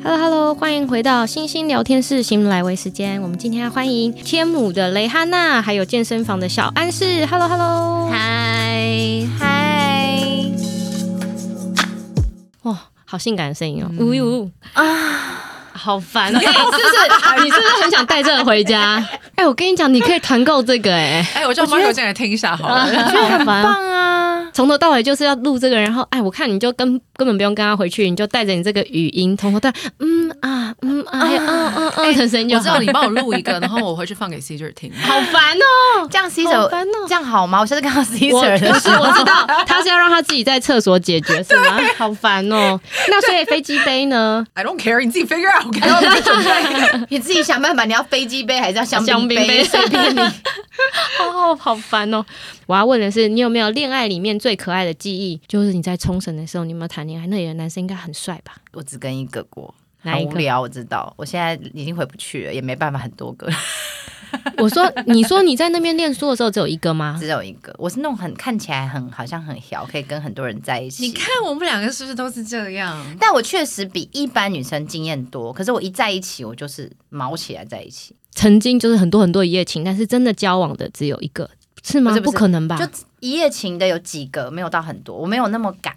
Hello Hello，欢迎回到星星聊天室醒来维时间。我们今天要欢迎天母的蕾哈娜，还有健身房的小安室。Hello Hello，嗨嗨哇、好性感的声音哦！呜呜啊，好 烦哦！哎、是不是你是不是很想带这个回家？ 哎、我跟你讲，你可以团购这个哎、哎，我叫啊 Marco 进来听一下好了。我觉得很棒。棒啊！从头到尾就是要录这个，然后哎，我看你就根根本不用跟他回去，你就带着你这个语音，从头到尾嗯啊嗯啊，还有嗯嗯嗯的声音我就知好道。你帮我录一个，然后我回去放给 c j 听。好烦哦！这样 C 好手烦哦这样好啊吗？我下次 看到 C 手我不的是，我知 道他是要让他自己在厕所解决，是吗？好烦 哦。那所以飞机杯呢？ I don't care，你自己 figure out。我给到你准备。 你自己想办法，你要飞机杯还是要香香槟槟杯杯？随便你。 哦，好烦哦。我要问的是，你有没有恋爱里面最可爱的记忆？就是你在冲绳的时候，你有没有谈恋爱？那里的男生应该很帅吧？ 我只跟一个过，哪很一无个？聊，我知道。我现在已经回不去了，也没办法很多 个，我说，你说你在那边念书的时候只有一个吗？只有一个。我是那种很看起来很好像很小，可以跟很多人在一起。你看我们两个是不是都是这样？但我确实比一般女生经验多，可是我一在一起，我就是毛起来在一起，曾经就是很多很多一夜情，但是真的交往的只有一个，是吗？不是不是可能吧？就一夜情的有几个，没有到很多，我没有那么赶。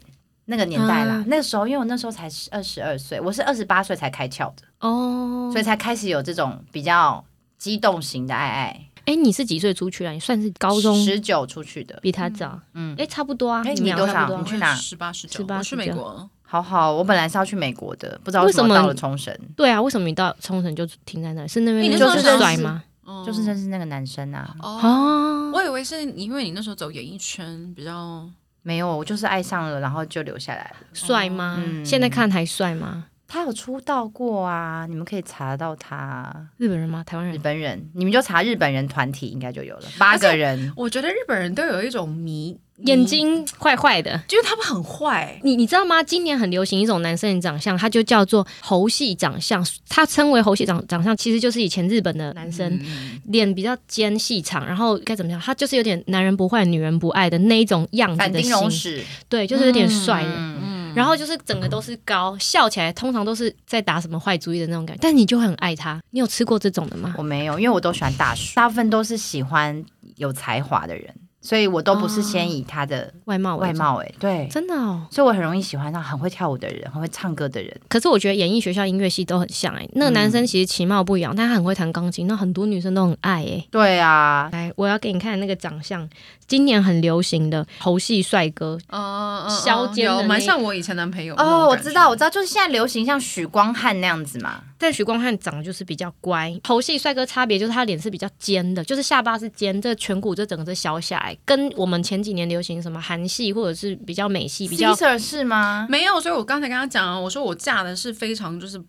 那个年代啦，嗯那个时候，因为我那时候才二十二岁，我是二十八岁才开窍的，哦，所以才开始有这种比较激动型的爱爱。哎、你是几岁出去啊？你算是高中，十九出去的，比他早。嗯哎、，差不多啊。哎你们你多俩差不少多啊你去哪十八、十九， 18我去美国。好好，我本来是要去美国的，不知道为为什什么么到了冲绳，对啊，为什么你到冲绳就停在那里？是那边你的就是认识帅吗？嗯就是认识那个男生啊，哦，哦，我以为是你，因为你那时候走演艺圈比较。没有，我就是爱上了，然后就留下来了。帅吗？嗯现在看还帅吗？他有出道过啊，你们可以查到他。啊日本人吗？台湾日人？本人，你们就查日本人团体应该就有了，八个人。我觉得日本人都有一种迷眼，睛坏坏的。就是他们很坏。你你知道吗？今年很流行一种男生的长相，它就叫做猴系长相，它称为猴系长长相，其实就是以前日本的男生、嗯脸比较尖细长，然后该怎么讲？他就是有点男人不坏，女人不爱的那一种样子反的町型，隆史，对，就是有点帅的。嗯，然后就是整个都是高，笑起来通常都是在打什么坏主意的那种感觉，但你就很爱他。你有吃过这种的吗？我没有，因为我都喜欢大叔，大部分都是喜欢有才华的人，所以我都不是啊先以他的外貌为外主，貌、欸，哎，对，真的哦。所以我很容易喜欢上很会跳舞的人，很会唱歌的人。可是我觉得演艺学校音乐系都很像哎、那个男生其实其貌不扬，但他很会弹钢琴，那很多女生都很爱哎、对啊，来，我要给你看那个长相，今年很流行的猴系帅哥，哦，削尖的有那蛮像我以前男朋友的那种哦，我感觉知道，我知道，就是现在流行像许光汉那样子嘛，但许光汉长得就是比较乖。猴系帅哥差别就是他脸是比较尖的，就是下巴是尖，这颧骨这整个是削下来，跟我们前几年流行什么韩系或者是比较美系比较 Caesar 是吗？没有，所以我刚才跟他讲啊，我说我嫁的是非常就是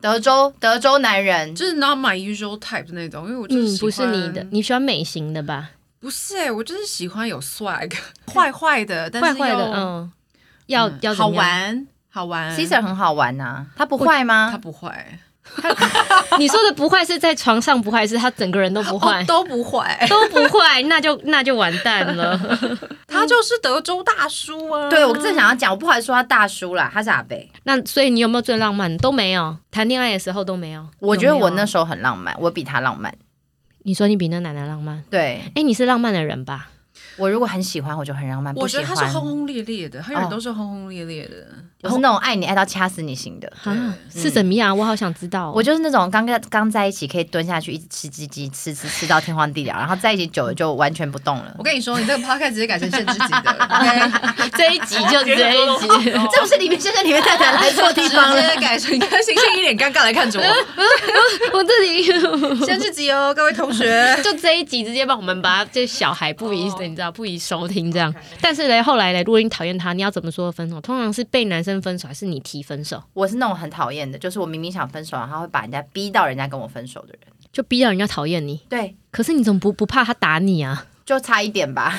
德州德州男人，就是 not my usual type 的那种，因为我就是嗯，喜不是欢你的，你喜欢美型的吧？不是、欸，我就是喜欢有 swag，坏坏的，但是坏嗯坏的，又嗯，要嗯要怎好么样？玩好玩。 Caesar 很好玩呐、他不坏他吗？不坏， 你说的不坏是在床上不坏，是他整个人都不嗯坏 哦、，都不坏，都不坏，那就那就完蛋了。 他就是德州大叔啊。对，我正想要讲，我不好意思说他大叔啦，他是阿北。那所以你有没有最浪漫？都没有，谈恋爱的时候都没有。我觉得我那时时候很浪漫，我比他浪漫。你说你比那奶奶浪漫，对哎，你是浪漫的人吧？我如果很喜欢，我就很浪漫；我不喜觉得欢，他是轰轰烈烈的，哦他永远都是轰轰烈烈的。我是那种爱你爱到掐死你型的。啊，是怎么样啊？我好想知道哦。我就是那种刚刚刚在一起可以蹲下去一直吃鸡鸡，吃吃吃到天荒地老，然后在一起久了就完全不动了我。跟你说，你这个 podcast 直接改成限制级 的，OK，这一集就这一集，这不是里面先生里面太太来错地直方了。接改成看星星一脸尴尬来看 着我， 我这里限制级哦，各位同学。就这一集直接帮我们把这小孩不哦宜，你知道不宜收听这样。但是嘞，后来嘞，如果你讨厌他，你要怎么说分手？通常是被男生分手，还是你提分手？ 我是那种很讨厌的，就是我明明想分手，然后会把人家逼到人家跟我分手的人。就逼到人家讨厌你。对，可是你怎么不不怕他打你啊？ 就差一点吧。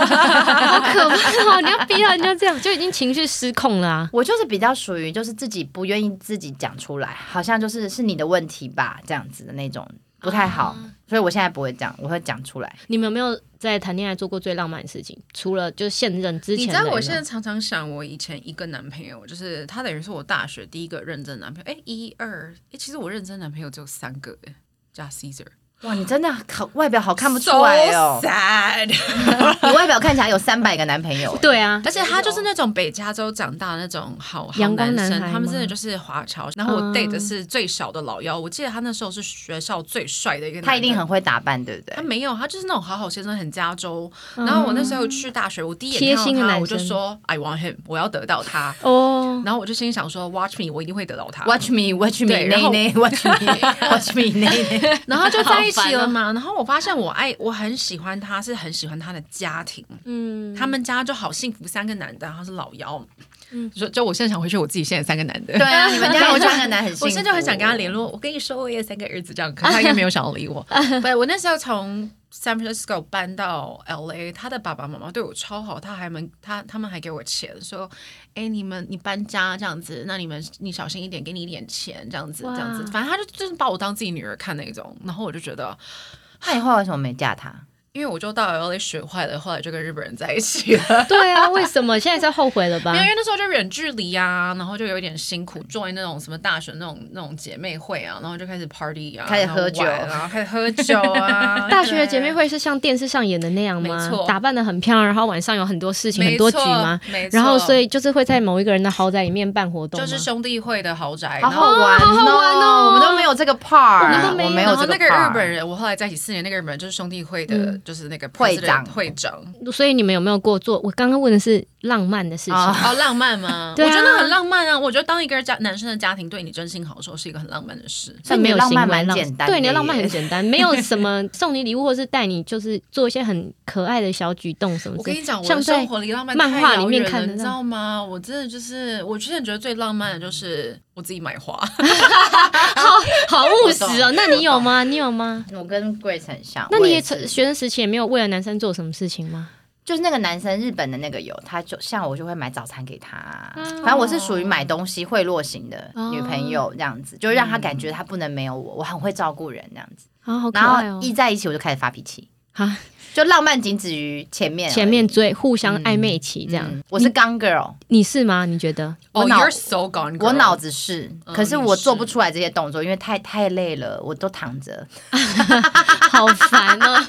好可怕哦！你要逼到人家这样，就已经情绪失控了啊！我就是比较属于就是自己不愿意自己讲出来，好像就是是你的问题吧这样子的那种不太好，所以我现在不会这样，我会讲出来。你们有没有在谈恋爱做过最浪漫的事情？除了就是现任之前你的知那道种，我现在常常想，我以前一个男朋友，就是他等于是我大学第一个认真男朋友。哎，一二，哎，其实我认真男朋友只有三个，哎，加 Caesar，哇，你真的好外表好看不出来哦 So，sad 你外表看起来有三百个男朋 友。对啊，而且他就是那种北加州长大的那种好好阳光男男生，孩他们吗真的就是华侨。然后我嗯 date 的是最小的老幺，我记得他那时候是学校最帅的一个男的。他一定很会打扮，对不对他？没有，他就是那种好好先生，很加州。然后我那时候去大学，我第一贴眼心的看到他，男我就生说 I want him，我要得到他。哦，然后我就心里想说，Watch me，我一定会得到他。 Watch me, watch me, 对然内后内，Watch me, watch me, 内内。然后就在一好起了 烦哦嘛。然后我发现我爱，我很喜欢他，是很喜欢他的家庭。嗯，他们家就好幸福，三个男的，然后是老幺。嗯，就就我现在想回去，我自己现在三个男的。对啊，你们家有我就三个男 很幸福。我现在就很想跟他联络。我跟你说，我也有三个儿子这样，可是他应该没有想要理我。对，我那时候从 San Francisco 搬到 LA，他的爸爸妈妈对我超好，他还们他他们还给我钱，说：“哎，你们你搬家这样子，那你们你小心一点，给你一点钱这样子哇这样子。”反正他就就是把我当自己女儿看那种。然后我就觉得，那你后来为什么没嫁他？因为我就到 LA 学坏了，后来就跟日本人在一起了。对啊，为什么现在是后悔了吧，没有，？因为那时候就远距离啊，然后就有一点辛苦，join 那种什么大学那种那种姐妹会啊，然后就开始 party 啊，开始喝酒然后玩啊，开始喝酒啊 大学的姐妹会是像电视上演的那样没吗？错打扮的很漂亮，然后晚上有很多事对情、很多局吗？？没错没错，然后所以以就是会在某一个人的豪宅里面办活动吗，就是兄弟会的豪宅，好然好后。玩好好玩哦我们都没有这个 part，我们都没有我没有然这后那个个 part 日本。人，我后来在一起四年，那个日本人就是兄弟会的，嗯就是那个 president- 会长会长，所以你们有没有过做？我刚刚问的是浪漫的事情，哦好浪漫吗？ 对啊我觉得很浪漫啊！我觉得当一个家男生的家庭对你真心好的时候，是一个很浪漫的事。但没有所以你行的浪为浪漫蛮简单的对，你的耶浪漫很简单，没有什么送你礼物或是带你，就是做一些很可爱的小举动什么我之跟类你讲，我像的在 生活离浪漫漫太画遥里面远看了的你知那道吗？我真的就是，我之前觉得最浪漫的就是我自己买 花，啊好务实哦。那你有吗？你有 吗？我跟 Grace 很像，那你也是曾学生时期也没有为了男生做什么事情吗？就是那个男生，日本的那个有，他就像我就会买早餐给他，反正我是属于买东西贿赂型的哦女朋友这样子，就让他感觉他不能没有我，我很会照顾人这样子。啊，好可然爱后哦！一在一起我就开始发脾气，啊，就浪漫仅止于前面而已，前面追互相暧昧期这样，嗯我是刚 girl，你是吗？你觉 得？我哦、脑 y o u r e so gone，girl 我脑子是，嗯可是你我做是不出来这些动作，因为太太累了，我都躺着。好烦哦！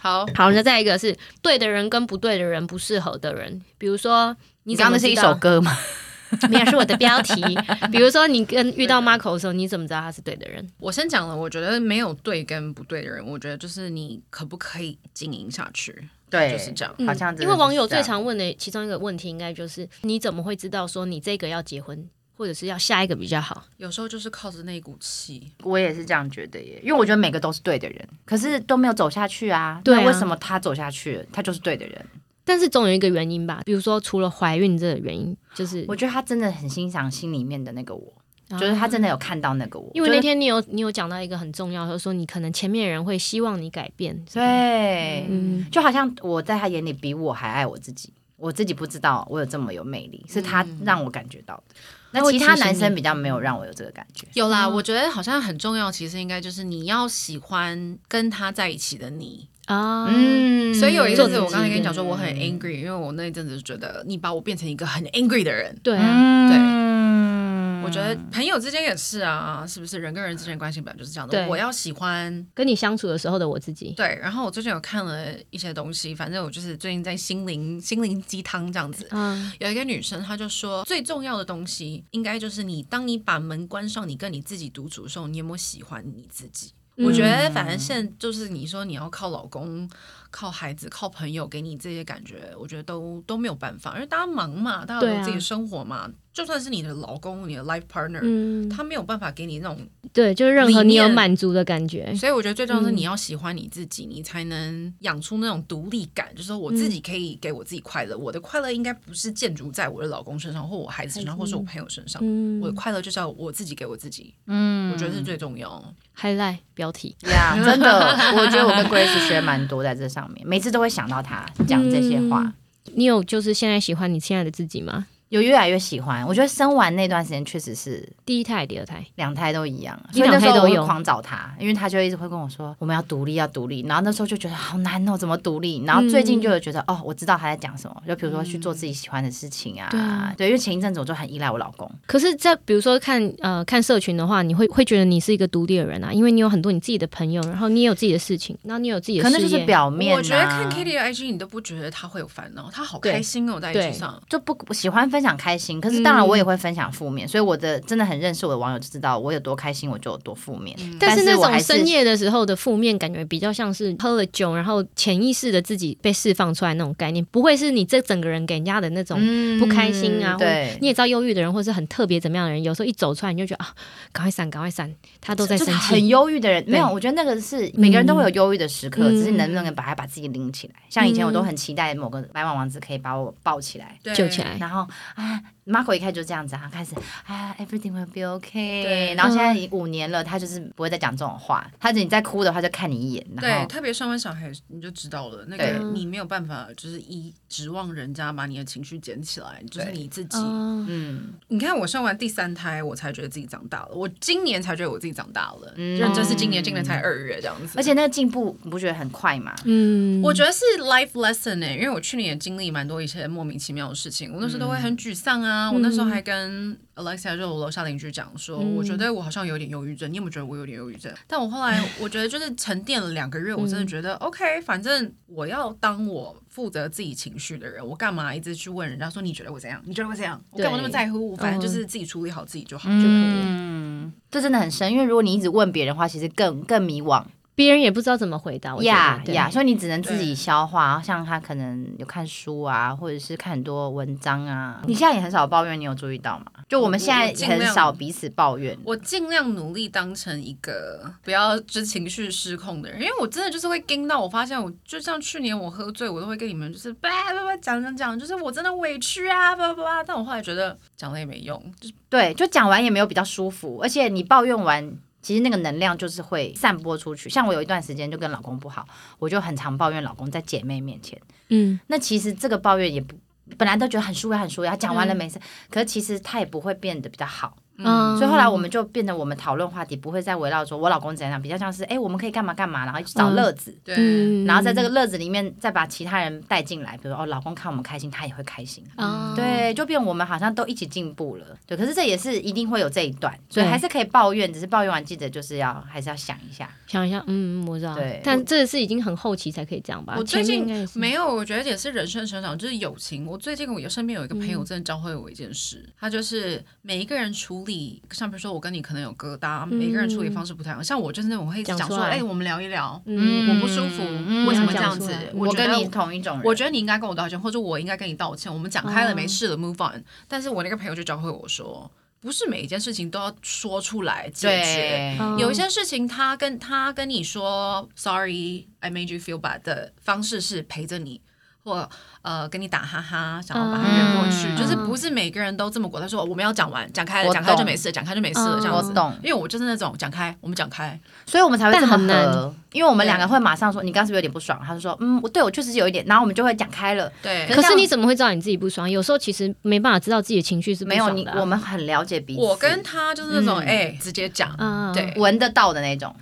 好，好，那再一个是对的人跟不对的人，不适合的人，比如说。你怎刚么刚那是一知道首歌吗？ 没有，是我的标题。比如说，你跟遇到 Marco 的时候，你怎么知道他是对的人？我先讲了，我觉得没有对跟不对的人，我觉得就是你可不可以经营下去， 对，就是这样。嗯好像真的因为网友是这最样常问的其中一个问题，应该就是你怎么会知道说你这个要结婚，或者是要下一个比较好？有时候就是靠着那一股气，我也是这样觉得耶，因为我觉得每个都是对的人，可是都没有走下去啊。对啊那为什么他走下去了，他就是对的人？但是总有一个原因吧，比如说除了怀孕这个原因，就是我觉得他真的很欣赏心里面的那个我，啊就是他真的有看到那个我，因为那就是天你有你有讲到一个很重要，就是说你可能前面的人会希望你改变，对，嗯，就好像我在他眼里比我还爱我自己，我自己不知道我有这么有魅力，是他让我感觉到嗯的。他那会其他提醒男生你比较没有让我有这个感觉。有嗯啦，我觉得好像很重要。其实应该就是你要喜欢跟他在一起的你。啊，嗯所以有一阵做自子，己我刚才跟你讲说我很 angry，因为我那一阵子就觉得你把我变成一个很 angry 的人。对啊，嗯，我觉得朋友之间也是啊，是不是人跟人之间的关系本来就是这样的？对我要喜欢跟你相处的时候的我自己，对。然后我最近有看了一些东西，反正我就是最近在心灵心灵鸡汤这样 子。嗯，有一个女生，她就说最重要的东西应该就是你，当你把门关上，你跟你自己独处的时候，你有没有喜欢你自己？我觉得，反嗯正现在就是你说你要靠老公、靠孩子、靠朋友给你这些感觉，我觉得都都没有办法，因为大家忙嘛，大家都对啊有自己的生活嘛。就算是你的老公、你的 life partner，、嗯，他没有办法给你那种对，就是任何理你念有满足的感觉，所以我觉得最重要的是嗯你要喜欢你自己，你才能养出那种独立感，就是说我自己可以给我自己快乐，我的快乐应该不是建筑在我的老公身上，或我孩子身上，或是我朋友身上。嗯我的快乐就是要我自己给我自己，嗯我觉得是最重要。 ，highlight 标题，呀 真的，我觉得我跟 Grace 学蛮多在这嗯上面，每次都会想到他讲这些话。你有就是现在喜欢你现在的自己吗？有越来越喜欢。我觉得生完那段时间确实是第一胎、第二胎，两胎都一样，你所以那两胎时候我都有会狂找他，因为他就一直会跟我说我们要独立，要独立。然后那时候就觉得好难哦，怎么独立？然嗯后最近就有觉得、哦，我知道他在讲什么，就比如说去做自己喜欢的事情啊，对啊对，因为前一阵子我就很依赖我老公，可是，在比如说看呃看社群的话，你会会觉得你是一个独立的人啊，因为你有很多你自己的朋友，然后你也有自己的事情，然后你有自己的可事业，能就是表面、啊。我觉得看 Kitty 的 IG，你都不觉得他会有烦恼，他好对开心哦，在对 IG 上。就不不喜欢分享开心，可是当然嗯我也会分享负面，所以我的真的很认识我的网友就知道我有多开心，我就有多负面。嗯但是那我种还是深夜的时候的负面感觉，比较像是喝了酒，然后潜意识的自己被释放出来那种概念，不会是你这整个人给人家的那种嗯不开心啊。或者对，你也知道，忧郁的人或是很特别怎么样的人，有时候一走出来你就觉得啊，赶快闪，赶快闪，他都在就生是很气。忧郁的人，没有，我觉得那个是每个人都会有忧郁的时刻，嗯只是能不能把它把自己拎起来。像以前我都很期待某个白马王子可以把我抱起来，对救起来，然后啊，Marco 一开始就这样子啊，开始啊，everything will be okay。对然后嗯现在已五年了，他就是不会再讲这种话，他就你再哭的话就看你一眼，然对，后特别生完小孩你就知道了，那对个你没有办法，就是一指望人家把你的情绪捡起来，就是对你自己。哦，嗯，你看我生完第三胎，我才觉得自己长大了，我今年才觉得我自己长大了，嗯认真是今年，今年才二月这样子。而且那个进步你不觉得很快吗？嗯，我觉得是 life lesson 呢、因为我去年也经历蛮多一些莫名其妙的事情，我那时候都会很嗯沮丧啊。我那时候还跟 Alexa 就我楼下邻居讲说，我嗯觉得我好像有点忧郁症，你有没有觉得我有点忧郁症？但我后 来我觉得就是沉淀了两个月，我嗯真的觉得、OK，反正我要当我负责自己情绪的人，我干嘛一直去问人家说你觉得我怎样？你觉得我怎样？我干嘛那么在乎？反正就是自己处理好自己就好。就可以了嗯，这真的很深，因为如果你一直问别人的话，其实更更迷惘别人也不知道怎么回答。我觉得呀对呀，所以你只能自己消化。像他可能有看书啊，或者是看很多文章啊。你现在也很少抱怨，你有注意到吗？就我们现我在尽很量少彼此抱怨。我尽量努力当成一个不要就是情绪失控的人，因为我真的就是会惊到，我发现我就像去年我喝醉，我都会跟你们就是叭叭叭讲讲讲，就是我真的委屈啊叭叭叭，但我后来觉得讲了也没用，就是对，就讲完也没有比较舒服，而且你抱怨完。其实那个能量就是会散播出去，像我有一段时间就跟老公不好，我就很常抱怨老公在姐妹面前。嗯，那其实这个抱怨也不，本来都觉得很舒压很舒压，讲完了嗯没事，可是其实他也不会变得比较好。嗯所以后来我们就变得，我们讨论话题不会再围绕说我老公怎样，比较像是哎、诶我们可以干嘛干嘛，然后去找乐子，对。嗯然后在这个乐子里面再把其他人带进来，比如说哦，老公看我们开心，他也会开心。嗯哦对，就变我们好像都一起进步了，对。可是这也是一定会有这一段，所以对还是可以抱怨，只是抱怨完记得就是要还是要想一下，想一下，嗯，嗯我知道对，但这个是已经很后期才可以这样吧？我最前面近应该也是没有，我觉得也是人生成长，就是友情。我最近我有身边有一个朋嗯友，真的教会我一件事，他就是每一个人处理，像比如说我跟你可能有疙瘩，每个人处理方式不太一样。像我就是那种会嗯讲讲出说，来哎、我们聊一聊，嗯我不舒服，嗯为什要么这讲样出子来？我觉跟得你同一种人，我觉得你应该跟我道歉，或者我应该跟你道歉。我们讲开了，没事了、m 哦 o v e on。但是我那个朋友就教会我说，不是每一件事情都要说出来解决。对，嗯有一些事情，他跟他跟你说 “sorry, I made you feel bad” 的方式是陪着你，或呃跟你打哈哈，想要把他圆过去。嗯就是不是每个人都这么果断说我们要讲完，讲开我了，讲开就懂没事，讲开就没事了嗯这样我子。懂。因为我就是那种讲开，我们讲开，所以我们才会这么但很难合，因为我们两个会马上说你刚是不是有点不爽，他就说嗯，我对我确实是有一点，然后我们就会讲开了。对。可这是样你怎么会知道你自己不爽？有时候其实没办法知道自己的情绪是不没有爽你，的啊、我们很了解彼此，我跟他就是那种嗯哎、直接讲，嗯对，闻得到的 那种，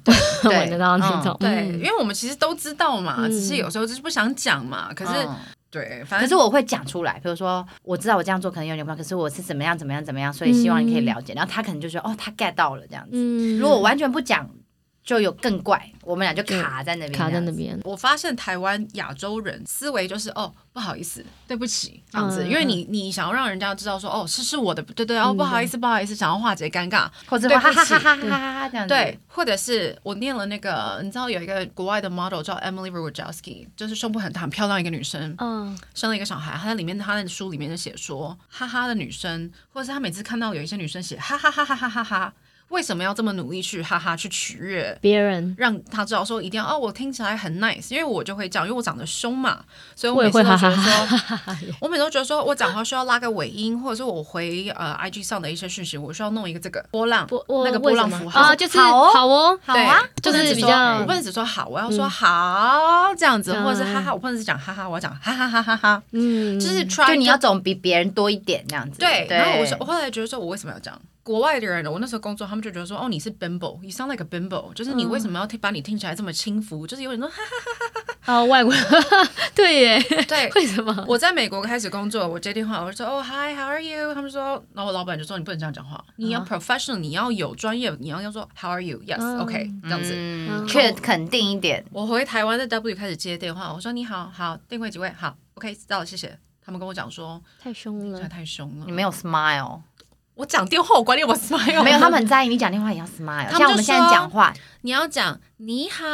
很对 闻得到那种。对，嗯因为我们其实都知道嘛，嗯哦只是有时候就是不想讲嘛。可可是、对，反嗯可正是我会讲出来，比如说我知道我这样做可能有点不好，可是我是怎么样怎么样怎么样，所以希望你可以了解。然后他可能就说哦，他 get 到了这样子。嗯如果我完全不讲，就有更怪，我们俩就卡在那边，卡在这那样子。边，我发现台湾亚洲人思维就是哦，不好意思，对不起这样子，嗯因为你你想要让人家知道说哦，是是我的，对对哦，不好意思，不好意思，想要化解尴尬，或者会对哈不哈起哈哈哈哈嗯这样子。对，或者是我念了那个，你知道有一个国外的 model 叫 Emily Rogowski，就是胸部很大、很漂亮一个女生，嗯，生了一个小孩，她在里面她的书里面就写说，哈哈的女生，或者是她每次看到有一些女生写哈哈哈哈哈哈哈。为什么要这么努力去哈哈去取悦别人让他知道说一定要哦，我听起来很 nice，因为我就会这样，因为我长得凶嘛，所以我我也每次会都哈哈觉得哈说，哈哈哈耶，我每次都觉得说我讲话需要拉个尾音，或者是我回呃 IG 上的一些讯息，我需要弄一个这个波浪，波我那个波为什浪么符号啊，就是好哦好哦，好啊，就不能是只比说我较哎嗯不能只说好，我要说好这样子，或者是哈哈，我不能只讲哈哈，我要讲哈哈哈哈哈，嗯，就是 try 就你要总比别人多一点这样子。对，然后我说，我后来觉得说，我为什么要这样？国外的人，我那时候工作，他们就觉得说，哦，你是 bimbo，you sound like a bimbo，就是你为什么要听把你听起来这么轻浮？就是有点说，哈哦外国人， 对耶， 对。为什么？我在美国开始工作，我接电话，我就说哦，Hi，How are you？他们说，然后我老板就说你不能这样讲话，你啊要 professional，你要有专业，你要要说 How are you？Yes，OK，、这样子。嗯，确肯定一点，我回台湾在 W 开始接电话，我说你好，好，定位几位？好，OK，知道了，谢谢。他们跟我讲说，太凶现在了，太凶了嗯你。没有 smile，我讲电话，我管你有没有 smile，没有，他们很在意你讲电话也要 smile，他们就像我们现在讲话，你要讲你好，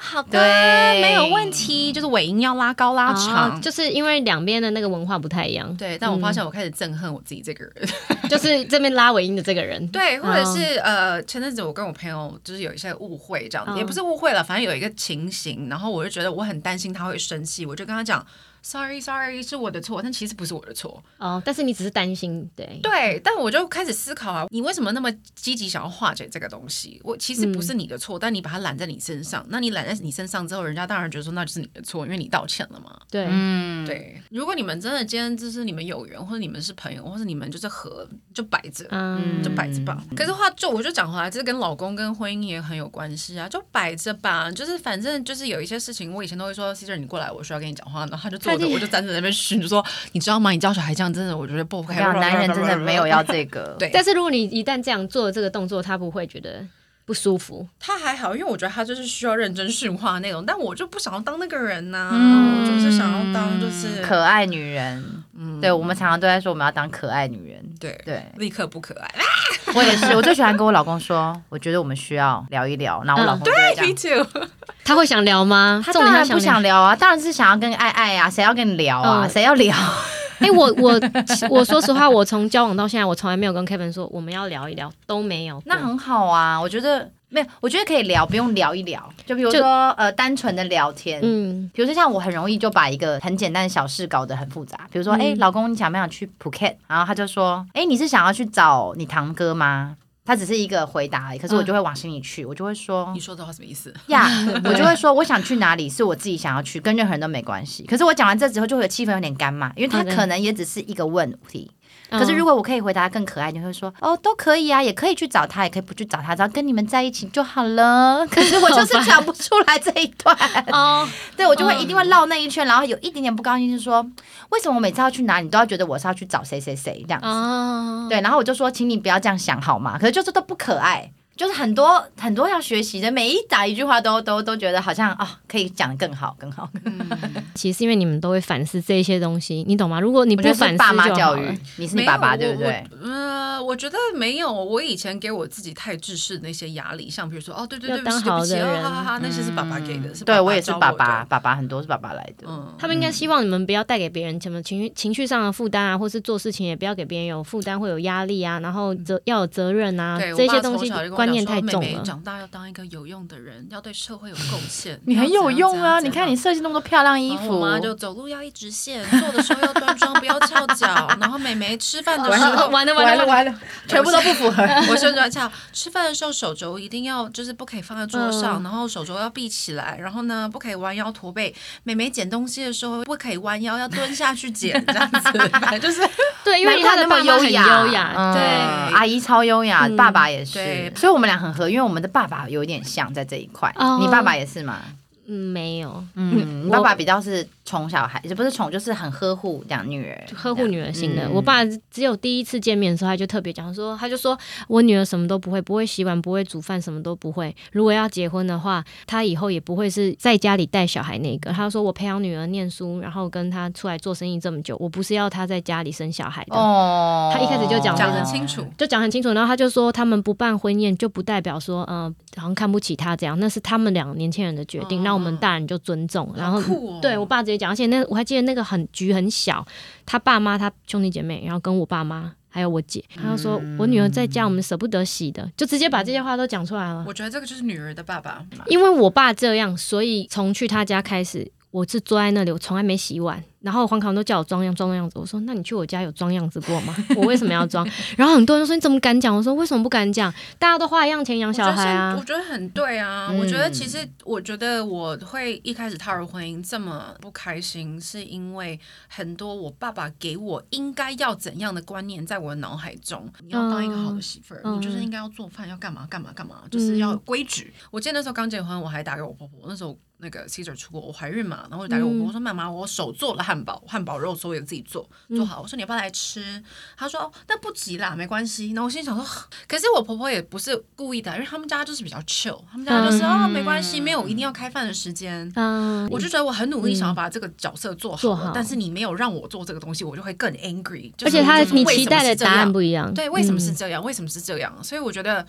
好的，对没有问题，就是尾音要拉高拉长。啊就是嗯因为两边的那个文化不太一样，对，但我发现我开始憎恨我自己这个 人。就是这边拉尾音的这个人，对，或者是、呃，前阵子我跟我朋友就是有一些误会，这样、嗯也不是误会了，反正有一个情形，然后我就觉得我很担心他会生气，我就跟他讲，sorry sorry，是我的错，但其实不是我的错。哦，但是你只是担心，对，对，但我就开始思考啊，你为什么那么积极想要化解这个东西？我其实不嗯是你的错，但你把它揽在你身上，那你揽在你身上之后，人家当然觉得说那就是你的错，因为你道歉了嘛。对，嗯，，对，如果你们真的今天就是你们有缘，或者你们是朋友，或者你们就是和就摆着。嗯，就摆着吧，可是话就我就讲回来，这跟老公跟婚姻也很有关系啊，就摆着吧，就是反正就是有一些事情，我以前都会说 c i s r 你过来，我需要跟你讲话，然后他就坐他着，就我就站在那边训，就说你知道吗？你教小孩这样真的，我觉得不 OK。啊哎男人真的没有要这 个，对但是如果你一旦这样做这个动作，他不会觉得不舒服。他还好，因为我觉得他就是需要认真训话那种，但我就不想要当那个人呐、嗯我就是想要当就是可爱女人，对我们常常都在说我们要当可爱女人，对对立刻不可爱，我也是，我最喜欢跟我老公说， 我觉得我们需要聊一聊，然后我老公就会 这样。哦 too。他会想聊吗？嗯他重当点然想不聊想。聊啊，当然是想要跟爱爱啊，谁要跟你聊啊？嗯谁要聊？ 哎、我我我说实话，我从交往到现在，我从来没有跟 Kevin 说我们要聊一聊，都没有过。那很好啊，我觉得没有，我觉得可以聊，不用聊一聊。就比如说呃，单纯的聊天，嗯，比如说像我很容易就把一个很简单的小事搞得很复杂，比如说，嗯哎、老公，你想不想去 Phuket？然后他就说，哎、你是想要去找你堂哥吗？他只是一个回答而已，可是我就会往心里去，我就会说你说这话什么意思？呀我就会说我想去哪里是我自己想要去，跟任何人都没关系。可是我讲完这之后，就会有气氛有点干嘛，因为他好的可能也只是一个问题。嗯可是如果我可以回答更可爱，你会说哦，都可以啊，也可以去找他，也可以不去找他，只要跟你们在一起就好了。可是我就是讲不出来这一段，哦，对我就会一定会绕那一圈，然后有一点点不高兴，就说为什么我每次要去哪里，你都要觉得我是要去找谁谁谁这样子。哦，对，然后我就说，请你不要这样想好吗？可是就是都不可爱，就是很多很多要学习的，每一打一句话都都都觉得好像啊、可以讲得更好更好。其实是因为你们都会反思这一些东西，你懂吗？如果你我觉不得反是思爸妈就好教了育，你是你爸爸没有对不对？？我我呃，我觉得没有，我以前给我自己太制式的那些压力，像比如说哦，对对要对不起，当对不好起，的哦人哈哈哈，那些是爸爸给的，是对我也是教爸的爸，，爸爸很多是爸爸来的。。嗯，他们应该希望你们不要带给别人什么情绪情绪上的负担啊，或是做事情也不要给别人有负担，会有压力啊，然后责要有责任啊，嗯对，我这爸些东从西小就跟我观讲念说太妹重妹了。长大要当一个有用的人，要对社会有贡献你很要有怎样用啊！怎样你看怎你样设计那么多漂亮衣然后服，我妈 就走路要一直线，坐的时候要端庄，不要翘脚。然后妹妹吃饭的时 候，完了完了完了，全部都不符合。我甚至要翘。吃饭的时候手肘一定要就是不可以放在桌嗯上，然后手肘要闭起来，然后呢不可以弯腰驼背。妹妹捡东西的时候不可以弯腰，要蹲下去捡，这样子就是对，因为难他怪的那么爸妈很雅，啊优雅，嗯对阿姨超优雅，嗯爸爸也是对，所以我们俩很合，因为我们的爸爸有点像在这一块哦。你爸爸也是吗？嗯，没有嗯，你我爸爸比较是宠小孩，也不是宠，就是很呵护这样女儿，呵护女儿型的。嗯我爸只有第一次见面的时候，他就特别讲说，他就说我女儿什么都不会，不会洗碗，不会煮饭，什么都不会。如果要结婚的话，他以后也不会是在家里带小孩那个。他说我培养女儿念书，然后跟她出来做生意这么久，我不是要她在家里生小孩的。哦他一开始就讲讲得很清楚。就讲很清楚，然后他就说他们不办婚宴，就不代表说，嗯、好像看不起他这样，那是他们两年轻人的决定，哦那我们大人就尊重。然后，好酷哦对我爸直接讲，而且那我还记得那个很局很小，他爸妈、他兄弟姐妹，然后跟我爸妈。还有我姐，她就说嗯我女儿在家，我们舍不得洗的，就直接把这些话都讲出来了。我觉得这个就是女儿的爸爸，因为我爸这样，所以从去他家开始，我是坐在那里，我从来没洗碗。然后黄考都叫我装样装样子，我说那你去我家有装样子过吗？ 我为什么要装？然后很多人说你怎么敢讲？我说为什么不敢讲？大家都花一样钱养小孩啊嗯我。觉得是我觉得很对啊。我觉得其实，我觉得我会一开始踏入婚姻这么不开心，是因为很多我爸爸给我应该要怎样的观念，在我的脑海中，你要当一个好的媳妇儿，嗯你就是应该要做饭，要干嘛干嘛干嘛，就是要有规矩。我记得那时候刚结婚，我还打给我婆婆，那时候。那个 Caesar 出国，我怀孕嘛，然后我就打给我婆嗯婆说：“妈妈，我手做了汉堡，汉堡肉所有自己做，嗯做好。”我说：“你要不要来吃？”她说：“哦，那不急啦，没关系。”然后我心里想说：“可是我婆婆也不是故意的，因为他们家就是比较 chill，他们家就是、哦没关系，没有一定要开饭的时间。嗯，我就觉得我很努力想要把这个角色做好做了，好但是你没有让我做这个东西，我就会更 angry 就是。而且他就是你为什么期待的是这样答案不一样。对，为什么嗯是这样？为什么是这样？所以我觉得。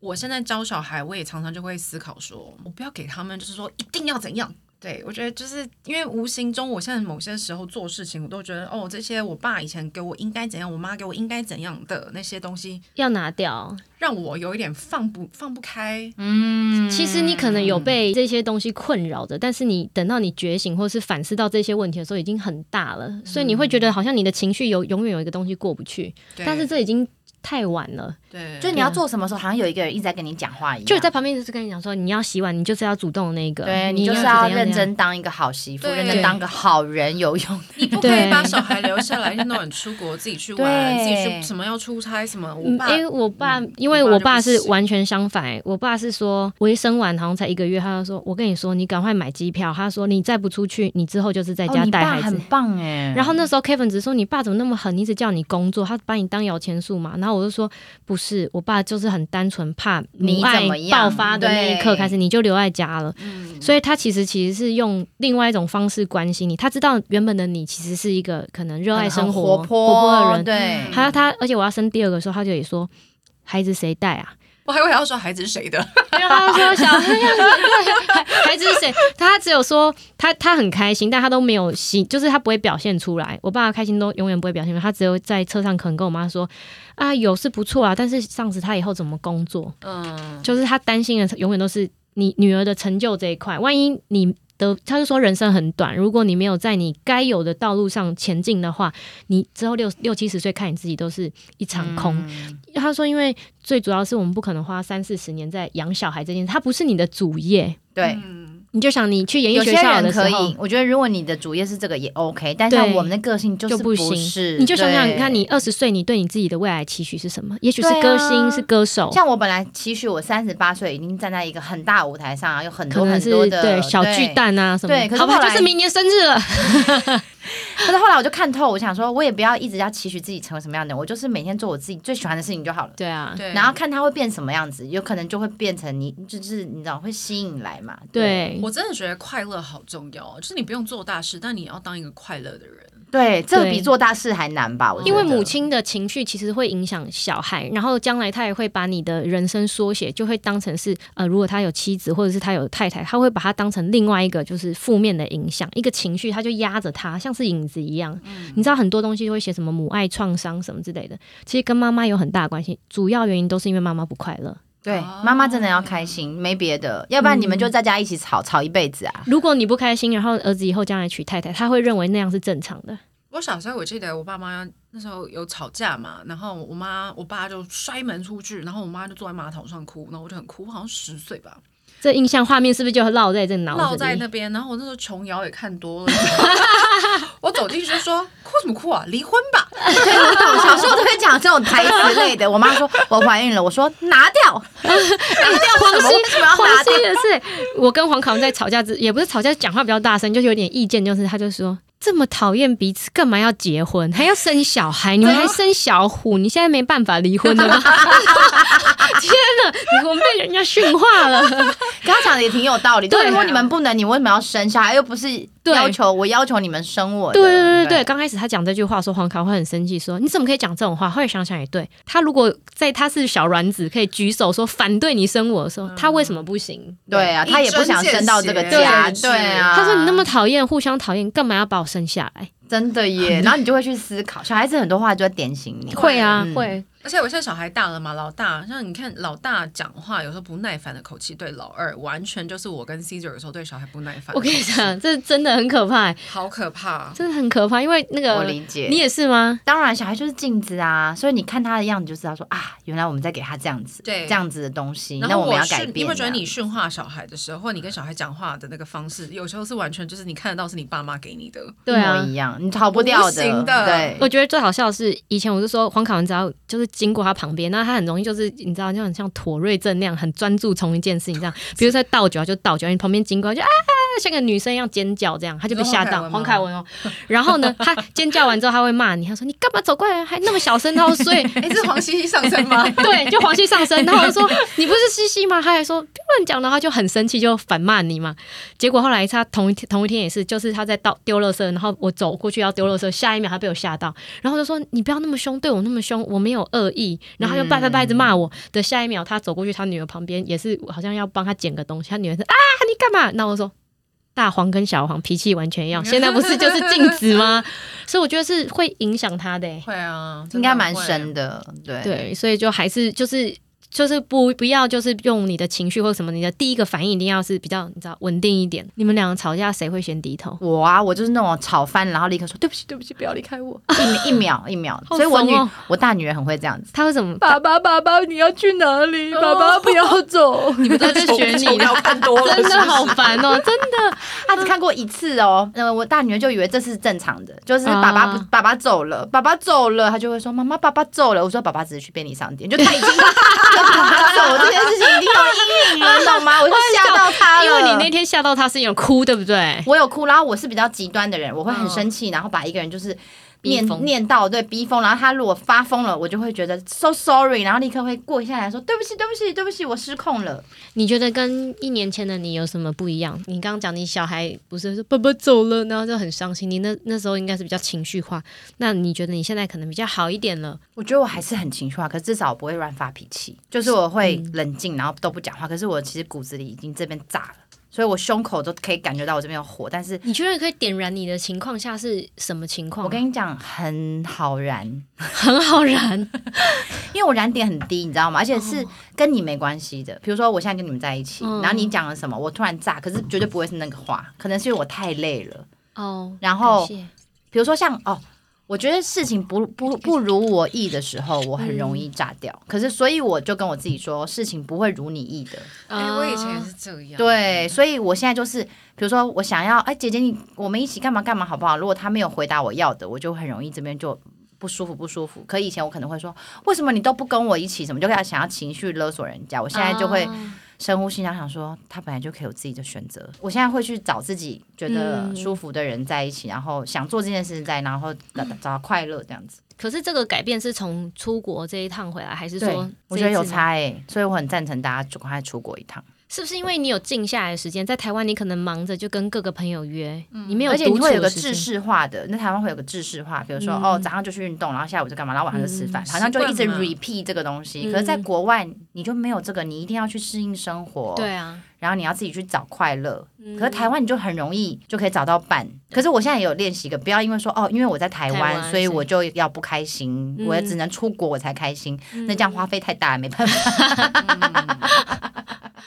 我现在教小孩，我也常常就会思考说，我不要给他们，就是说一定要怎样。对我觉得就是因为无形中，我现在某些时候做事情，我都觉得哦，这些我爸以前给我应该怎样，我妈给我应该怎样的那些东西，要拿掉？让我有一点放不放不开。嗯，其实你可能有被这些东西困扰着，但是你等到你觉醒或是反思到这些问题的时候，已经很大了，所以你会觉得好像你的情绪有永远有一个东西过不去，对但是这已经太晚了。对，就你要做什么时候，好像有一个人一直在跟你讲话一样，就在旁边一直跟你讲说，你要洗碗，你就是要主动的那个，对你要就是怎样要怎样认真当一个好媳妇，对认真当个好人有用。你不可以对把小孩留下来，那种出国自己去玩，对自己去什么要出差什么。我嗯爸因为我爸，因为我爸我就爸不是行完全相反、欸我爸是说，我一生完好像才一个月，他就说，我跟你说，你赶快买机票。他说，你再不出去，你之后就是在哦家你带爸孩子。很棒哎，然后那时候 Kevin 只说你爸怎么那么狠，一直叫你工作，他把你当摇钱树嘛。然后我就说不是，我爸就是很单纯，怕母你怎爱么样爆发的那一刻对嗯开始，你就留在家了。所以他其实其实是用另外一种方式关心你，他知道原本的你其实是一个可能热爱生很活、活活泼的人。对，还有他，而且我要生第二个的时候，他就也说孩子谁带啊？我还会要说孩子是谁的，没有，他说小孩孩子是谁？他只有说他他很开心，但他都没有心，就是他不会表现出来。我爸爸开心都永远不会表现出来，他只有在车上可能跟我妈说啊，有是不错啊，但是上司他以后怎么工作？嗯，就是他担心的永远都是你女儿的成就这一块，万一你。的，他就说人生很短，如果你没有在你该有的道路上前进的话，你之后六六七十岁看你自己都是一场空。嗯他说，因为最主要是我们不可能花三四十年在养小孩这件事，它不是你的主业。对。嗯你就想你去演艺有学些校的人时可候以，，我觉得如果你的主业是这个也 OK，但像对我们的个性就是就不行是，你就想想对看，你二十岁你对你自己的未来期许是什么？也许是对啊歌星，是歌手，像我本来期许我三十八岁已经站在一个很大舞台上啊，有很可多能很是多的对小巨。蛋啊什么的。对可是好吧，后就来是明年生日了。可是后来我就看透，我想说，我也不要一直要期许自己成为什么样的人，我就是每天做我自己最喜欢的事情就好了。对啊，对，然后看他会变什么样子，有可能就会变成你，就是你知道会吸引来嘛。对，我真的觉得快乐好重要哦，就是你不用做大事，但你要当一个快乐的人。对，这个对比做大事还难吧？我觉因为得母亲的情绪其实会影响小孩，然后将来他也会把你的人生缩写，就会当成是呃，如果他有妻子或者是他有太太，他会把它当成另外一个就是负面的影响，一个情绪，他就压着他，像是影子一样。嗯你知道很多东西会写什么母爱创伤什么之类的，其实跟妈妈有很大的关系，主要原因都是因为妈妈不快 乐。对哦妈妈真的要开心，没别的，要不然你嗯们就在家一起吵吵一辈子啊。如果你不开心，然后儿子以后将来娶太太，他会认为那样是正常的。我小时候我记得我爸妈那时候有吵架嘛，然后我妈我爸就摔门出去，然后我妈就坐在马桶上哭，然后我就很哭，我好像十岁吧，这印象画面是不是就烙在这脑子里？落在那边。然后我那时候琼瑶也看 多了， 我走进去就说哭什么哭啊，离婚吧。对，我懂，小时候都会讲这种台词类的。我妈说我怀孕了，我说拿 掉，拿掉黄什么？心为什么要黄拿心掉？也是，我跟黄考在吵架之，也不是吵架，讲话比较大声，就是有点意见，就是他就说这么讨厌彼此，干嘛要结婚，还要生小孩，你们还生小虎，你现在没办法离婚了吗？ 天哪，我们被人家驯化 了。刚刚讲的也挺有道理。对啊对，如果你们不能，你为什么要生小孩？又不是对要求我要求你们生我的。对对对对对，对刚开始他讲这句话的时候，黄考会很生气，说你怎么可以讲这种话？后来想想也对，他如果在他是小卵子，可以举手说反对你生我的时候，他为什么不行？对啊，一她也不想针见生到这个血家。对对啊，他说：“你那么讨厌，互相讨厌，干嘛要把我生下来？”对真的耶。然后你就会去思考，小孩子很多话就在点醒你。会啊，嗯会，而且我现在小孩大了嘛，老大像你看老大讲话有时候不耐烦的口气，对老二完全就是我跟 Caesar 有时候对小孩不耐 烦。我跟你，讲，这真的很可怕、欸好可怕。真的很可怕，因为那我个理解。你也是吗？当然，小孩就是镜子啊，所以你看他的样子就知道说啊，原来我们在给他这样子，对这样子的东西，然那后们要改训，变。啊你会觉得你这样训话小孩的时候，或你跟小孩讲话的那个方式，有时候是完全就是你看得到是你爸妈给你 的。对一模啊一。样，你逃不掉无形的对，我觉得最好笑的是，以前我就说黄凯文只要就是经过他旁边，那他很容易就是你知道，就很像妥瑞症那样，很专注从一件事情 上，比如说在倒酒啊，就倒酒，你旁边经过就啊，像个女生一样尖叫，这样他就被吓到。你说黄黄凯凯文哦，然后呢，他尖叫完之后他会骂你，他说你干嘛走过来还那么小声？他说所以哎，是黄西西上身吗？ 对，就黄西上身，然后我就说你不是西西吗？他还说不要乱讲，然后他就很生气，就反骂你嘛。结果后来他同一天同一天也是，就是他在倒丢垃圾，然后我走过去要丢垃圾，下一秒他被我吓到，然后我就说你不要那么凶，对我那么凶，我没有恶意。然后他就叭叭叭一直骂我。的下一秒他走过去，他女儿旁边也是好像要帮他捡个东西，他女儿是啊你干嘛？那我说。大黄跟小黄脾气完全一样，现在不是就是镜子吗？所以我觉得是会影响他的、欸。 会啊，应该蛮深 深的，对。对，所以就还是就是就是不不要就是用你的情绪或什么，你的第一个反应一定要是比较你知道稳定一点。你们两个吵架谁会先低头？我啊，我就是那种吵翻，然后立刻说对不起，对不起，不要离开 我，一一秒一秒。好所以我怂女哦我大女儿很会这样子， 他会怎么？爸爸爸爸，你要去哪 里？爸爸不要 走。他在学你，要看多了，真的好烦 哦！真的她只看过一次哦，呃，我大女儿就以为这是正常的，就是爸爸不啊爸爸走了，爸爸走了，她就会说妈妈爸爸走了。我说爸爸只是去便利商店，就她已经 爸爸走这件事情已经有阴影了，你懂吗？我就吓到她 了，因为你那天吓到他是有哭，对不对？我有哭，然后我是比较极端的人，我会很嗯生气，然后把一个人就是逼念疯念到对逼疯，然后他如果发疯了，我就会觉得 so sorry，然后立刻会过下来说对不起，对不起，对不起，我失控了。你觉得跟一年前的你有什么不一样？你刚刚讲你小孩不是说爸爸走了，然后就很伤心，你那那时候应该是比较情绪化。那你觉得你现在可能比较好一点了？我觉得我还是很情绪化，可是至少我不会乱发脾气，就是我会冷静，然后都不讲话。可是我其实骨子里已经这边炸了，所以我胸口都可以感觉到我这边有火。但是你觉得可以点燃你的情况下是什么情况？我跟你讲，很好燃，很好燃，因为我燃点很低，你知哦道吗？而且是跟你没关系的。比如说，我现在跟你们在一起，嗯然后你讲了什么，我突然炸，可是绝对不会是那个话，可能是因为我太累了。哦，然后感，谢比如说像哦，我觉得事情不不不如我意的时候，我很嗯容易炸掉。可是，所以我就跟我自己说，事情不会如你意的。哎，我以前也啊是这样。对，所以我现在就是，比如说我想要，哎，姐姐你我们一起干嘛干嘛好不好？如果他没有回答我要的，我就很容易这边就。不舒服，不舒服。可以前我可能会说，为什么你都不跟我一起？什么就要想要情绪勒索人家？我现在就会啊深呼吸，然后想说，他本来就可以有自己的选择。我现在会去找自己觉得舒服的人在一起，然后想做这件事在，然后找找到快乐这样子。可是这个改变是从出国这一趟回来，还是对说，我这觉得一有次差诶、所以我很赞成大家就赶快出国一趟。是不是因为你有静下来的时间？在台湾，你可能忙着就跟各个朋友约，嗯你没有，而且你会有个制。式化的，那台湾会有个制式化，比如说、嗯哦，早上就去运动，然后下午就干嘛，然后晚上就吃饭，嗯好像就一直习惯嘛 repeat 这个东西。嗯可是，在国外你就没有这个，你一定要去适应生活，对，啊，然后你要自己去找快乐。可是台湾湾你就很容易就可以找到伴。可是我现在也有练习一个，不要因为说哦，因为我在台台湾，湾所以我就要不开心，嗯我也只能出国我才开心。那嗯这样花费太大，没办法。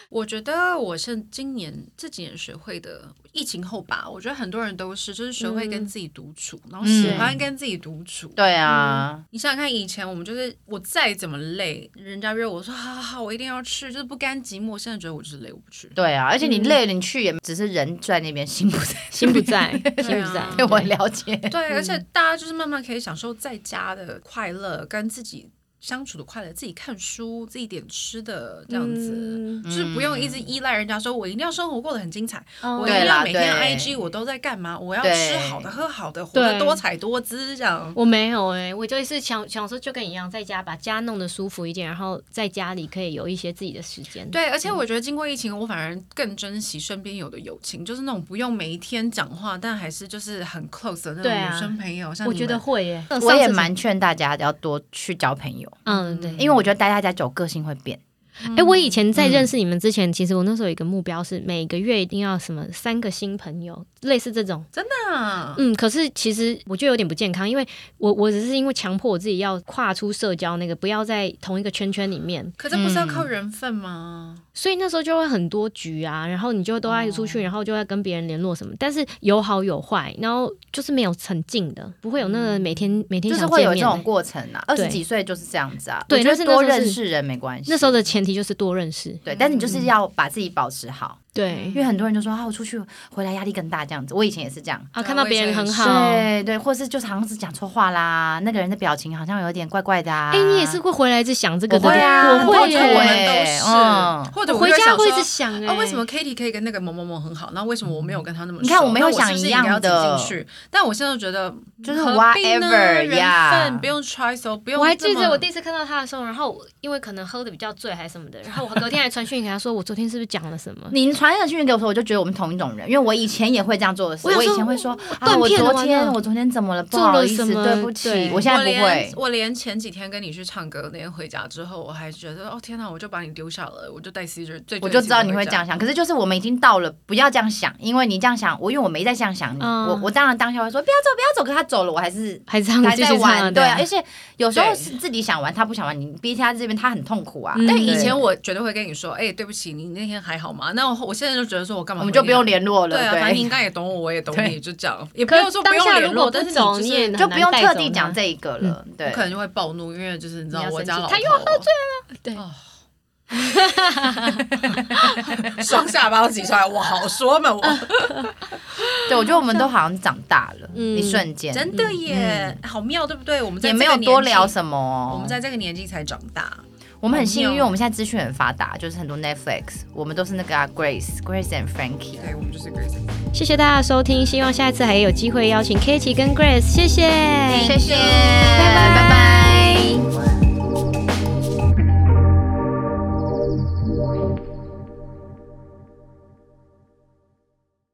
我觉得我是今年这几年学会的，疫情后吧，我觉得很多人都是，就是学会跟自己独处，然后喜欢跟自己独处。嗯对啊，你想想看，以前我们就是我再怎么累，人家约我说好好好，我一定要去，就是不甘寂寞。现在觉得我就是累，我不去。对啊，而且你累了，你去也只是人在那边，心不在。心不在，心 对不在啊。对，我对了解。对，而且大家就是慢慢可以享受在家的快乐，跟自己相处的快乐，自己看书，自己点吃的这样子。嗯就是不用一直依赖人家说，我一定要生活过得很精彩，哦我一对定啦要每天对 IG 我都在干嘛，我要对吃好的喝好的，活对得多彩多姿这样。我没有哎、我就是想想说，就跟你一样，在家把家弄得舒服一点，然后在家里可以有一些自己的时间。对，而且我觉得经过疫情，我反而更珍惜身边有的友情，就是那种不用每一天讲话，但还是就是很 close 的那对啊种女生朋友。像我你觉得们会耶、我也蛮劝大家要多去交朋友，嗯对，因为我觉得待在家久，个性会变。哎、我嗯以前在认识你们之前，其实我那时候有一个目标是每个月一定要什么三个新朋友，类似这种。真的啊，嗯，可是其实我觉得有点不健康，因为我我只是因为强迫我自己要跨出社交那个，不要在同一个圈圈里面，可这不是要靠缘分吗？所以那时候就会很多局啊，然后你就都爱出哦去，然后就要跟别人联络什么，但是有好有坏，然后就是没有沉浸的，不会有那个每天、每天嗯就是想会有见这面种的。过程啊。二对十几岁就是这样子啊，对我觉但是得那时候多是认识人没关系。那时候的嗯前提就是多认识，对，但你就是要把自己保持好，对因为很多人就说啊，我出去回来压力更大这样子。我以前也是这样，啊，对看到别人很好。哎、对对，或是就是好像是讲错话啦，那个人的表情好像有点怪怪的啊。哎你也是会回来一直想这个我的，会啊我或会对者耶、我们都是，嗯或者我我回就家想会一说直想、欸，啊，为什么 Kitty 可以跟那个某某某很好？那为什么我没有跟他那么熟？你看我没有那是不想是一应样该要的挤进去，但我现在就觉得就是何必呢 whatever，呀缘分不用 try so，不用。我还记得我第一次看到他的时候，然后我因为可能喝的比较醉还是什么的，然后我隔天还传讯给他说，我昨天是不是讲了什 么？你传那个讯息给我说，我就觉得我们同一种人，因为我以前也会这样做的事。我我想说以前会说啊，断我片了昨完天了我昨天怎么了？不做了好意什思，么对不对起，我现在我不连会。我连前几天跟你去唱歌那天回家之后，我还觉得哦天哪，我就把你丢下了，我就带 C 最最我就知道你会会这样想，可是就是我们已经到了，不要这样想，因为你这样想，我因为我没在这样想你，嗯我我当然当下会说不要走，不要走，可他走了，我还是还是他们还继在续唱啊玩，对啊，啊而且有时候对是自己想玩，他不想玩，你逼他这边他很痛苦啊。嗯对但以前我绝对会跟你说，哎、对不起，你那天还好吗？那我我现在就觉得说我干嘛？我们就不用。联络了，对啊，反正你应对，该也懂我，我也懂对你，就这样，也不可用是说不当用下联如果不络，但是你走，就是你也很 就难不用带特走地他讲这一个了，对我可。能就会暴怒，因为就是你知道你要我生家气老他又喝醉了，对，哦 双下巴都挤出来，我好说嘛，我对，我觉得我们都好像长大了，嗯一瞬间，真的耶，好妙，对不对？我们在也这没个有多聊年纪，什么哦。我们在这个年纪才长大，我们很幸运，很因妙为我们现在资讯很发达，就是很多 Netflix，我们都是那个、啊、Grace、Grace and Frankie。对，我们就是 Grace。谢谢大家的收听，希望下一次还有机会邀请 Kitty 跟 Grace，谢谢，谢谢。